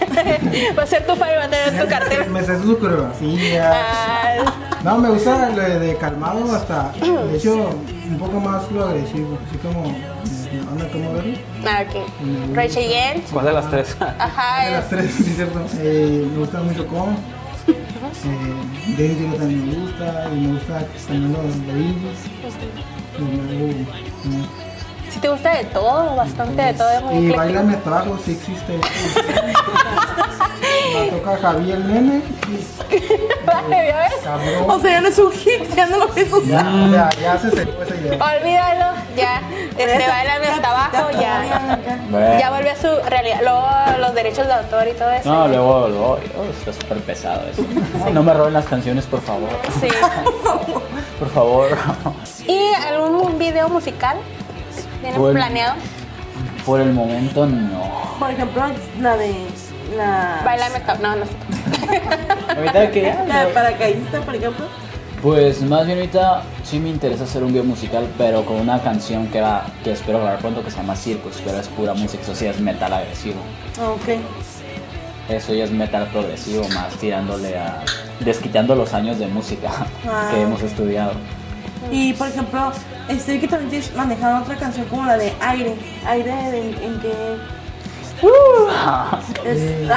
S1: Va a ser tu fan y va a tener tu cartel.
S5: Me sé su coreografía.
S1: Ah,
S5: No, me gusta lo de, de calmado hasta, de hecho, un poco más lo agresivo. Así como, eh, anda como verlo.
S1: ok. Rachel Yen.
S3: ¿Cuál de las [LAUGHS] tres?
S5: De
S1: Ajá.
S5: las tres, sí, cierto. Eh, me gusta mucho Com. Eh, David Gilmour también me gusta. Y me gusta también los de Beatles. Y luego, eh,
S1: Si te gusta de todo, bastante de todo, es muy
S5: Y
S1: ecléctico.
S5: bailame trago, si existe. La toca Javier Nene. y-
S1: [LAUGHS] Vale, ¿ya ves?
S5: Cabrón.
S2: [LAUGHS] O sea, ya no es un hit, ya no lo ves usar.
S5: Ya, o sea, ya se secó esa idea.
S1: Olvídalo, ya. Este, bailame hasta abajo, ya.
S4: Bueno.
S1: Ya volvió a su realidad. Luego los derechos de autor y todo eso.
S4: No, luego, luego, oh, está súper pesado eso. No me roben las canciones, por favor.
S1: Sí.
S4: Por favor. [LAUGHS]
S1: ¿Y algún video musical? ¿Tienes
S4: Bueno.
S1: planeado?
S4: Por el momento, no.
S2: Por ejemplo, la de. La,
S1: Bailame hasta... No, no sé.
S4: Ahorita que ya,
S2: la
S4: no.
S2: de paracaidista, por ejemplo.
S4: Pues más bien ahorita sí me interesa hacer un video musical, pero con una canción que, va, que espero grabar pronto que se llama Circus, pero es pura música, o sea, es metal agresivo.
S2: Ah, Ok.
S4: Eso ya es metal progresivo, más tirándole a... desquitando los años de música [LAUGHS]
S2: Ah.
S4: que hemos estudiado.
S2: Y por ejemplo, este vi que también tienes manejado otra canción como la de aire. Aire en, en que. [LAUGHS] Es- ah, bueno,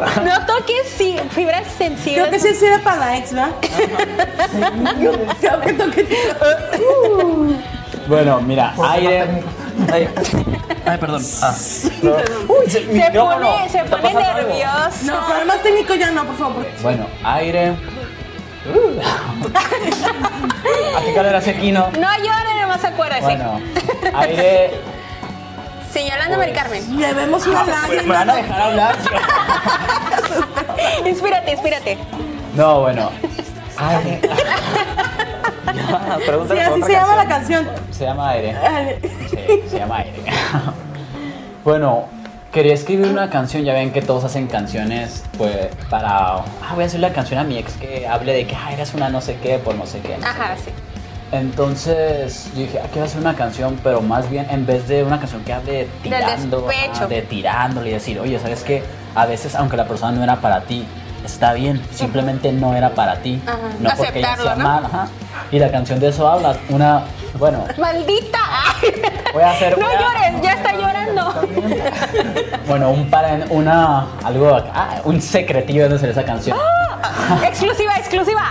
S1: Ah, no toques sí, fibras sensibles.
S2: creo que sí sí era para la ex, ¿verdad? [LAUGHS] Creo que toqué.
S4: Bueno, mira,
S5: Por tema
S4: aire...
S5: técnico.
S4: [LAUGHS] Ay, ay, perdón. Ah.
S1: se
S4: se,
S1: pone, se pone nervioso.
S2: No, problemas técnicos ya no, por favor.
S4: Bueno, aire, ¿A qué calor hace aquí, no?
S1: No lloren, nomás acuérdese.
S4: Bueno, aire.
S1: Sí, Yolanda Mari Carmen.
S2: Le vemos una lana
S4: ¿Me van a dejar hablar? Pues.
S1: Inspírate, inspírate.
S4: No, bueno. Aire.
S3: Pregunta
S2: Sí, así se llama la canción.
S4: Se llama aire. Sí, se llama aire. [LAUGHS] bueno, quería escribir una canción. Ya ven que todos hacen canciones, pues, para. Ah, voy a hacer la canción a mi ex que hable de que ah, eres una no sé qué por no sé qué. no sé
S1: Ajá, sí.
S4: Entonces yo dije, ah, quiero hacer una canción, pero más bien en vez de una canción que hable de tirando,
S1: despecho.
S4: ajá, de tirándole y decir, oye, ¿sabes qué? A veces, aunque la persona no era para ti, está bien, simplemente no era para ti.
S1: Ajá,
S4: No porque ella sea
S1: aceptarlo, ¿no?
S4: mala, ajá. Y la canción de eso habla, una, bueno,
S1: ¡Maldita!
S4: Voy a hacer-
S1: No
S4: voy a-
S1: llores, ya está llorando.
S4: bueno, un para, una, algo, ah, un secretillo de hacer esa canción.
S1: exclusiva, exclusiva.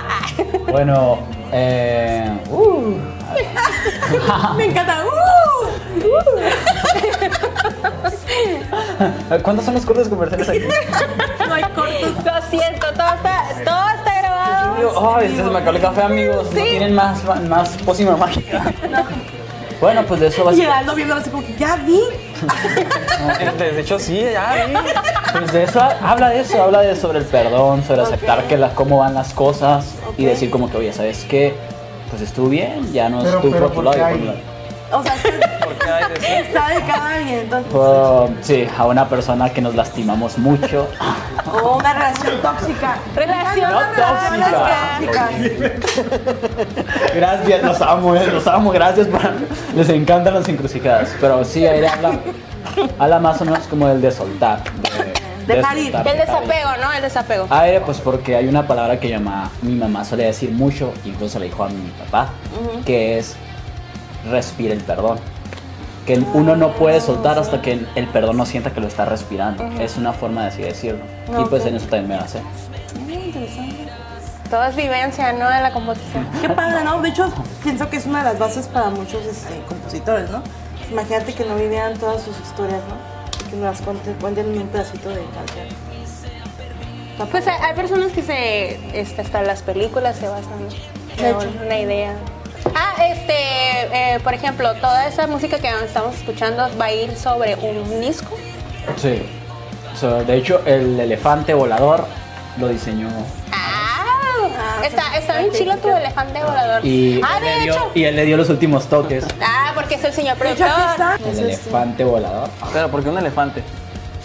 S4: Bueno, eh, uh,
S2: Me encanta.
S4: Ah.
S2: ¡Uh!
S4: ¿cuántos son los cortes comerciales aquí?
S2: Uh, No hay
S4: [LAUGHS]
S2: cortos.
S1: Lo siento, todo está, todo está grabado.
S4: Digo, Ay, este es Macaulay Café, amigos. No
S1: Sí.
S4: tienen más, más pócima mágica. Bueno, pues de eso va a
S2: Y
S4: ser.
S2: Geraldo viéndolo así como que ya vi.
S3: De hecho, sí, ya. vi.
S4: Pues de eso habla de eso, habla de sobre el perdón, sobre aceptar que las cómo van las cosas y
S2: Ok.
S4: decir como que, oye, ¿sabes qué? Pues estuvo bien, ya no
S5: Pero-
S4: estuvo
S5: pero
S4: por tu
S5: ¿por qué
S4: lado. y
S5: hay?
S4: por mi lado.
S2: O sea,
S3: ¿Por qué hay de sí?
S2: está dedicado a alguien. Entonces,
S4: Pero, sí, a una persona que nos lastimamos mucho.
S2: o oh, una relación tóxica.
S1: Relación
S4: No
S1: amorosa.
S4: tóxica. Gracias, los amo, eh, los amo, gracias. por- Les encantan las encrucijadas. Pero sí, ahí habla, habla más o menos como del de soltar. De,
S2: Dejar ir.
S4: soltar,
S1: El
S4: dejar ir.
S1: desapego, ¿no? El desapego.
S4: Aire, pues porque hay una palabra que llama, mi mamá solía decir mucho, incluso le dijo a mi papá, que es respira el perdón. Que uno no puede soltar hasta que el, el perdón no sienta que lo está respirando. Es una forma de así decirlo. Y pues en eso también me hace.
S1: Todo es vivencia, ¿no? De la composición.
S2: Qué padre, ¿no? De hecho, pienso que es una de las bases para muchos este, compositores, ¿no? Imagínate que no vivieran todas sus historias, ¿no? Que nos las cuenten, cuenten en un pedacito de canción.
S1: Pues hay, hay personas que se, este, hasta las películas se basan
S2: De hecho.
S1: en una idea. Ah, este, eh, por ejemplo, toda esa música que estamos escuchando va a ir sobre un disco.
S4: Sí. So, de hecho, el elefante volador lo diseñó.
S1: Ah, está, está bien chilo tu elefante volador.
S4: Y,
S1: ah,
S4: él le
S1: de
S4: dio,
S1: hecho.
S4: y él le dio los últimos toques.
S1: Ah, porque es el señor
S2: De hecho,
S1: productor.
S2: aquí está. pues, este,
S4: El elefante volador.
S3: Pero, ¿por qué un elefante?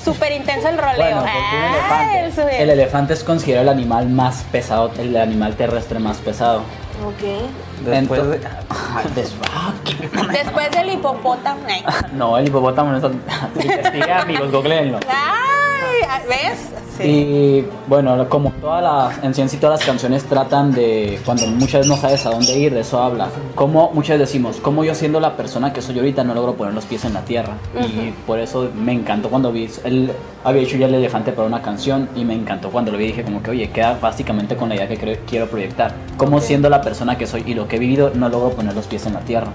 S1: Súper intenso el roleo.
S4: Bueno, porque un
S1: ah,
S4: elefante-
S1: el su-
S4: el elefante es considerado el animal más pesado, el animal terrestre más pesado.
S2: Ok.
S3: Después de-
S4: Ay, des- ah, qué-
S1: Después del hipopótamo. Ay.
S4: No, el hipopótamo no está... [LAUGHS] Investiga, amigos, googleenlo.
S1: Ay, ¿ves?
S4: Y bueno, como todas las, en sí en sí todas las canciones tratan de cuando muchas veces no sabes a dónde ir, de eso habla. Como muchas veces decimos, como yo siendo la persona que soy ahorita no logro poner los pies en la tierra. Y por eso me encantó cuando vi, él había hecho ya el elefante para una canción y me encantó cuando lo vi dije como que, oye, queda básicamente con la idea que creo- quiero proyectar. Como siendo la persona que soy y lo que he vivido no logro poner los pies en la tierra.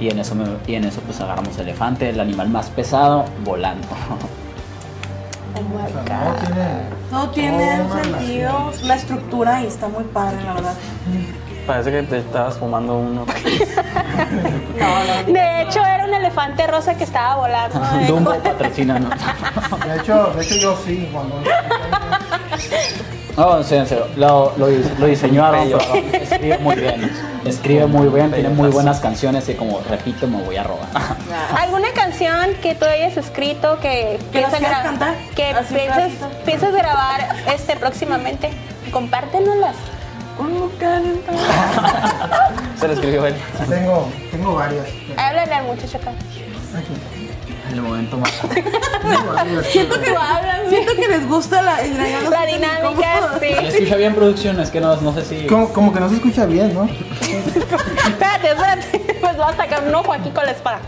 S4: Y en eso, me- y en eso pues agarramos elefante, el animal más pesado, volando.
S5: O sea, no tiene-
S2: Todo tiene un
S5: Toma la
S2: sentido, una estructura y está muy padre, la verdad.
S3: Parece que te estabas fumando
S2: [LAUGHS]
S3: uno.
S1: De hecho, era un elefante rosa que estaba
S4: [LAUGHS]
S1: volando. ¿eh?
S4: Dumbo patrocina,
S5: De hecho, de hecho yo sí, cuando
S4: No, en serio, en serio, Lo, lo, dis- lo diseñó Aaron
S3: Bello.
S4: Ferrara. Escribe muy bien. Escribe muy bien, tiene muy buenas canciones y como repito, me voy a robar.
S1: [LAUGHS] ¿Alguna canción que tú hayas escrito que,
S2: nos
S1: piensas,
S2: quieras
S1: gra-
S2: cantar?
S1: que
S2: Así un
S1: piensas,
S2: pedacito.
S1: piensas grabar este próximamente? Compártenoslas.
S3: [LAUGHS] Se le escribió él.
S5: tengo, tengo varias.
S1: Háblale al muchacho acá.
S5: Aquí,
S4: El momento más.
S5: tengo varias.
S2: Siento que,
S1: Tú háblame.
S2: siento que les gusta la, el
S1: [LAUGHS]
S2: dragón, no
S1: La
S2: sienten
S1: dinámica,
S2: incómodo.
S4: ¿Le
S1: sí.
S4: escucha bien producción? Es que no, no sé si.
S5: Como, como que no se escucha bien, ¿no?
S1: Espérate, espérate. [LAUGHS] Pues voy a sacar un ojo aquí con la espada.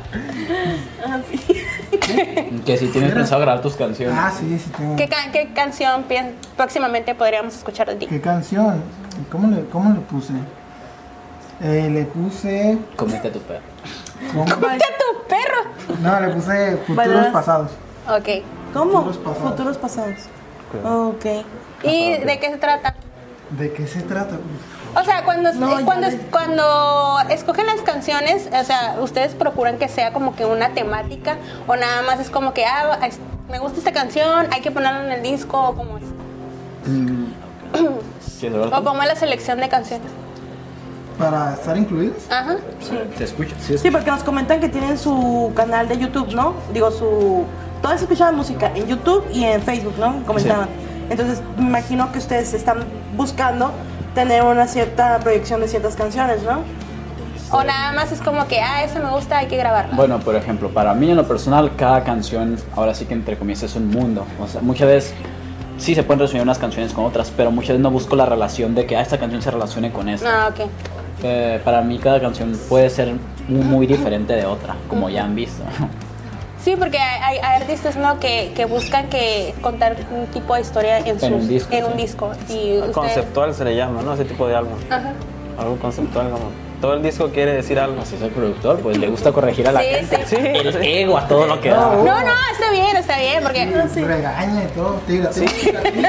S4: Que si tienes pensado grabar tus canciones.
S5: Ah, sí, sí tengo.
S1: ¿Qué, can- qué canción piensas próximamente podríamos escuchar de ti?
S5: ¿Qué canción? ¿Cómo le, cómo le puse? Eh, le puse.
S4: Comete tu perro.
S5: ¿cómo?
S1: ¡Ponte a tu perro!
S5: No, le puse futuros
S2: Baladas.
S5: pasados.
S1: Ok.
S2: ¿Cómo?
S5: Futuros pasados.
S2: Futuros pasados. Ok.
S1: ¿Y de qué se trata?
S5: ¿De qué se trata? Uf,
S1: O sea, cuando,
S2: No, ya
S1: cuando,
S2: le-
S1: cuando escogen las canciones, o sea, ustedes procuran que sea como que una temática o nada más es como que, ah, es- me gusta esta canción, hay que ponerla en el disco o como es.
S5: mm,
S4: ¿Quieres hablar
S1: O
S4: tú?
S1: como es la selección de canciones.
S5: ¿Para estar incluidos?
S1: Ajá.
S4: ¿Se escucha? Sí,
S2: Sí, porque nos comentan que tienen su canal de YouTube, ¿no? Digo, su. Todas escuchaban música en YouTube y en Facebook, ¿no? Comentaban. Entonces, me imagino que ustedes están buscando tener una cierta proyección de ciertas
S3: [LAUGHS]
S2: canciones, ¿no?
S1: O nada más es como que, ah, esa me gusta, hay que grabarla.
S4: Bueno, por ejemplo, para mí en lo personal, cada canción, ahora sí que entre comillas, es un mundo. O sea, muchas veces sí se pueden resumir unas canciones con otras, pero muchas veces no busco la relación de que ah, esta canción se relacione con
S1: No,
S4: esta.
S1: ok.
S4: Eh, para mí cada canción puede ser muy, muy diferente de otra, como ya han [LAUGHS] visto.
S1: Sí, porque hay, hay- hay artistas ¿no? que, que buscan que contar un tipo de historia en, sus-
S4: un disco,
S1: en un
S4: sí.
S1: disco. Y ustedes-
S3: Conceptual se le llama, ¿no? Ese tipo de álbum.
S1: Ajá.
S3: Algo conceptual como. Todo el disco quiere decir algo.
S4: Si soy productor, pues le gusta corregir a la
S1: Sí,
S4: gente.
S1: sí.
S4: El ego a todo lo que da.
S1: No, no, está bien, está bien, porque...
S5: Regaña y todo, tira, tira.
S1: eh,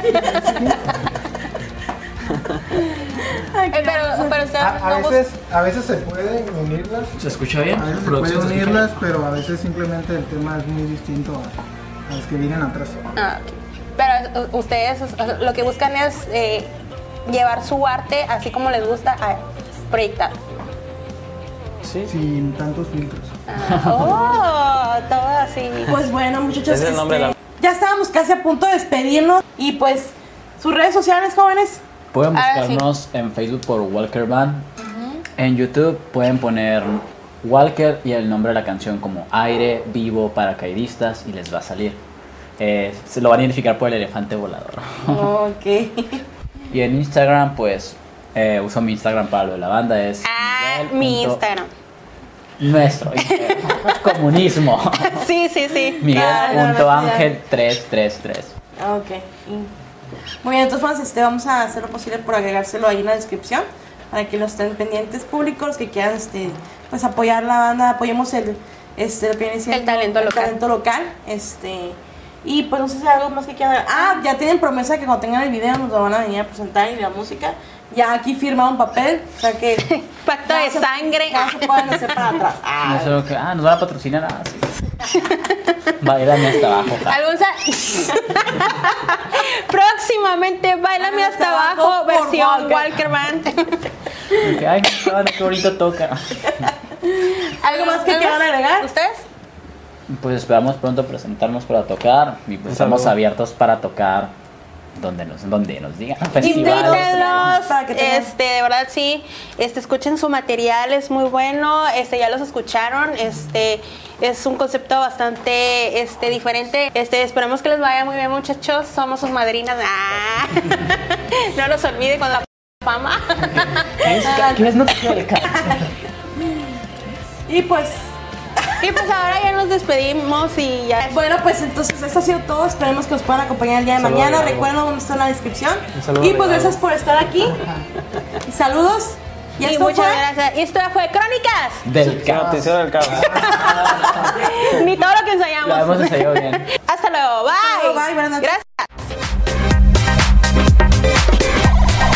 S1: pero, pero ustedes
S5: A,
S1: [LAUGHS]
S5: a
S1: no bus-
S5: veces, a veces se pueden unirlas,
S4: ¿Se escucha bien?
S5: a veces se pueden
S4: ¿Producción se escucha
S5: unirlas, pero a veces simplemente el tema es muy distinto a, a los que vienen atrás.
S1: Ah, ok. Pero u- ustedes o sea, lo que buscan es eh, llevar su arte así como les gusta a proyectar.
S3: Sí.
S5: Sin tantos filtros.
S1: Ah, oh, todo así.
S2: Pues bueno, muchachos.
S3: Es el nombre de la-
S2: Ya estábamos casi a punto de despedirnos. Y pues, sus redes sociales,
S3: [LAUGHS]
S2: jóvenes.
S4: bien? Pueden
S1: Ahora sí.
S4: buscarnos en Facebook por Walker Band. En YouTube pueden poner Walker y el nombre de la canción como Aire, Vivo, Paracaidistas y les va a salir. Eh, se lo van a identificar por el
S1: [LAUGHS]
S4: elefante volador.
S2: ok.
S4: Y en Instagram, pues, eh, uso mi Instagram para lo de la banda, es...
S1: Ah,
S4: Miguel
S1: mi
S4: punto-
S1: Instagram. [LAUGHS]
S4: Nuestro Instagram. Comunismo.
S1: Sí, sí, sí.
S2: Claro, ahora sí, ya.
S4: Miguel.ángel333.
S2: Ah, Ok. Y- Muy bien, entonces vamos, este, vamos a hacer lo posible por agregárselo ahí en la descripción para que los estén pendientes públicos, los que quieran este, pues apoyar la banda, apoyemos el, este, lo que viene siendo
S1: El talento local.
S2: talento local, este, y pues no sé si hay algo más que quieran. Ah, ya tienen promesa que cuando tengan el video nos lo van a venir a presentar y la música. Ya aquí firma un papel, o sea
S1: [LAUGHS]
S2: que
S1: Pacto de
S2: ya se-
S1: sangre.
S2: ya se pueden hacer para atrás.
S4: No sé lo que- ah, nos van a patrocinar. Ah, sí. Bailame hasta abajo. ja.
S1: ¿Algún sa- [LAUGHS] Próximamente Bailame hasta abajo
S2: Por
S1: versión
S2: Walker.
S1: Walker Band.
S4: Porque, Ay, qué banda, qué bonito toca.
S2: ¿Algo más que quieran agregar?
S1: ¿Ustedes?
S4: Pues esperamos pronto presentarnos para tocar. Y pues
S3: Un
S4: estamos
S3: saludo.
S4: abiertos para tocar donde nos, donde nos digan. Festivales.
S1: Invítenlos,
S2: Para que tengan-
S1: este, de verdad sí, este, escuchen su material, es muy bueno, este, ya los escucharon, este, es un concepto bastante, este, diferente, este, esperemos que les vaya muy bien muchachos, somos sus madrinas, Ah. [LAUGHS] no los olvide con la fama, [LAUGHS]
S4: ¿Qué es? ¿Qué es? No te quiero dejar.
S2: Y pues
S1: y pues ahora ya nos despedimos y ya,
S2: Bueno, pues entonces esto ha sido todo. Esperemos que nos puedan acompañar el día de
S3: Un saludo
S2: mañana.
S3: de Gabo.
S2: Recuerden dónde está en la descripción.
S3: Un saludo
S2: Y
S3: de
S2: pues
S3: Gabo.
S2: gracias por estar
S3: [LAUGHS]
S2: aquí. Y Saludos. Y,
S1: y
S2: esto
S1: muchas
S2: fue-
S1: gracias, y esto fue
S2: [LAUGHS]
S1: Crónicas,
S4: Del
S3: El
S4: caos.
S3: noticiero del caos.
S1: ni todo lo que
S4: La hemos
S1: ensayamos,
S4: ensayado bien.
S1: [LAUGHS] hasta luego, bye,
S2: luego, bye, buenas noches.
S1: gracias.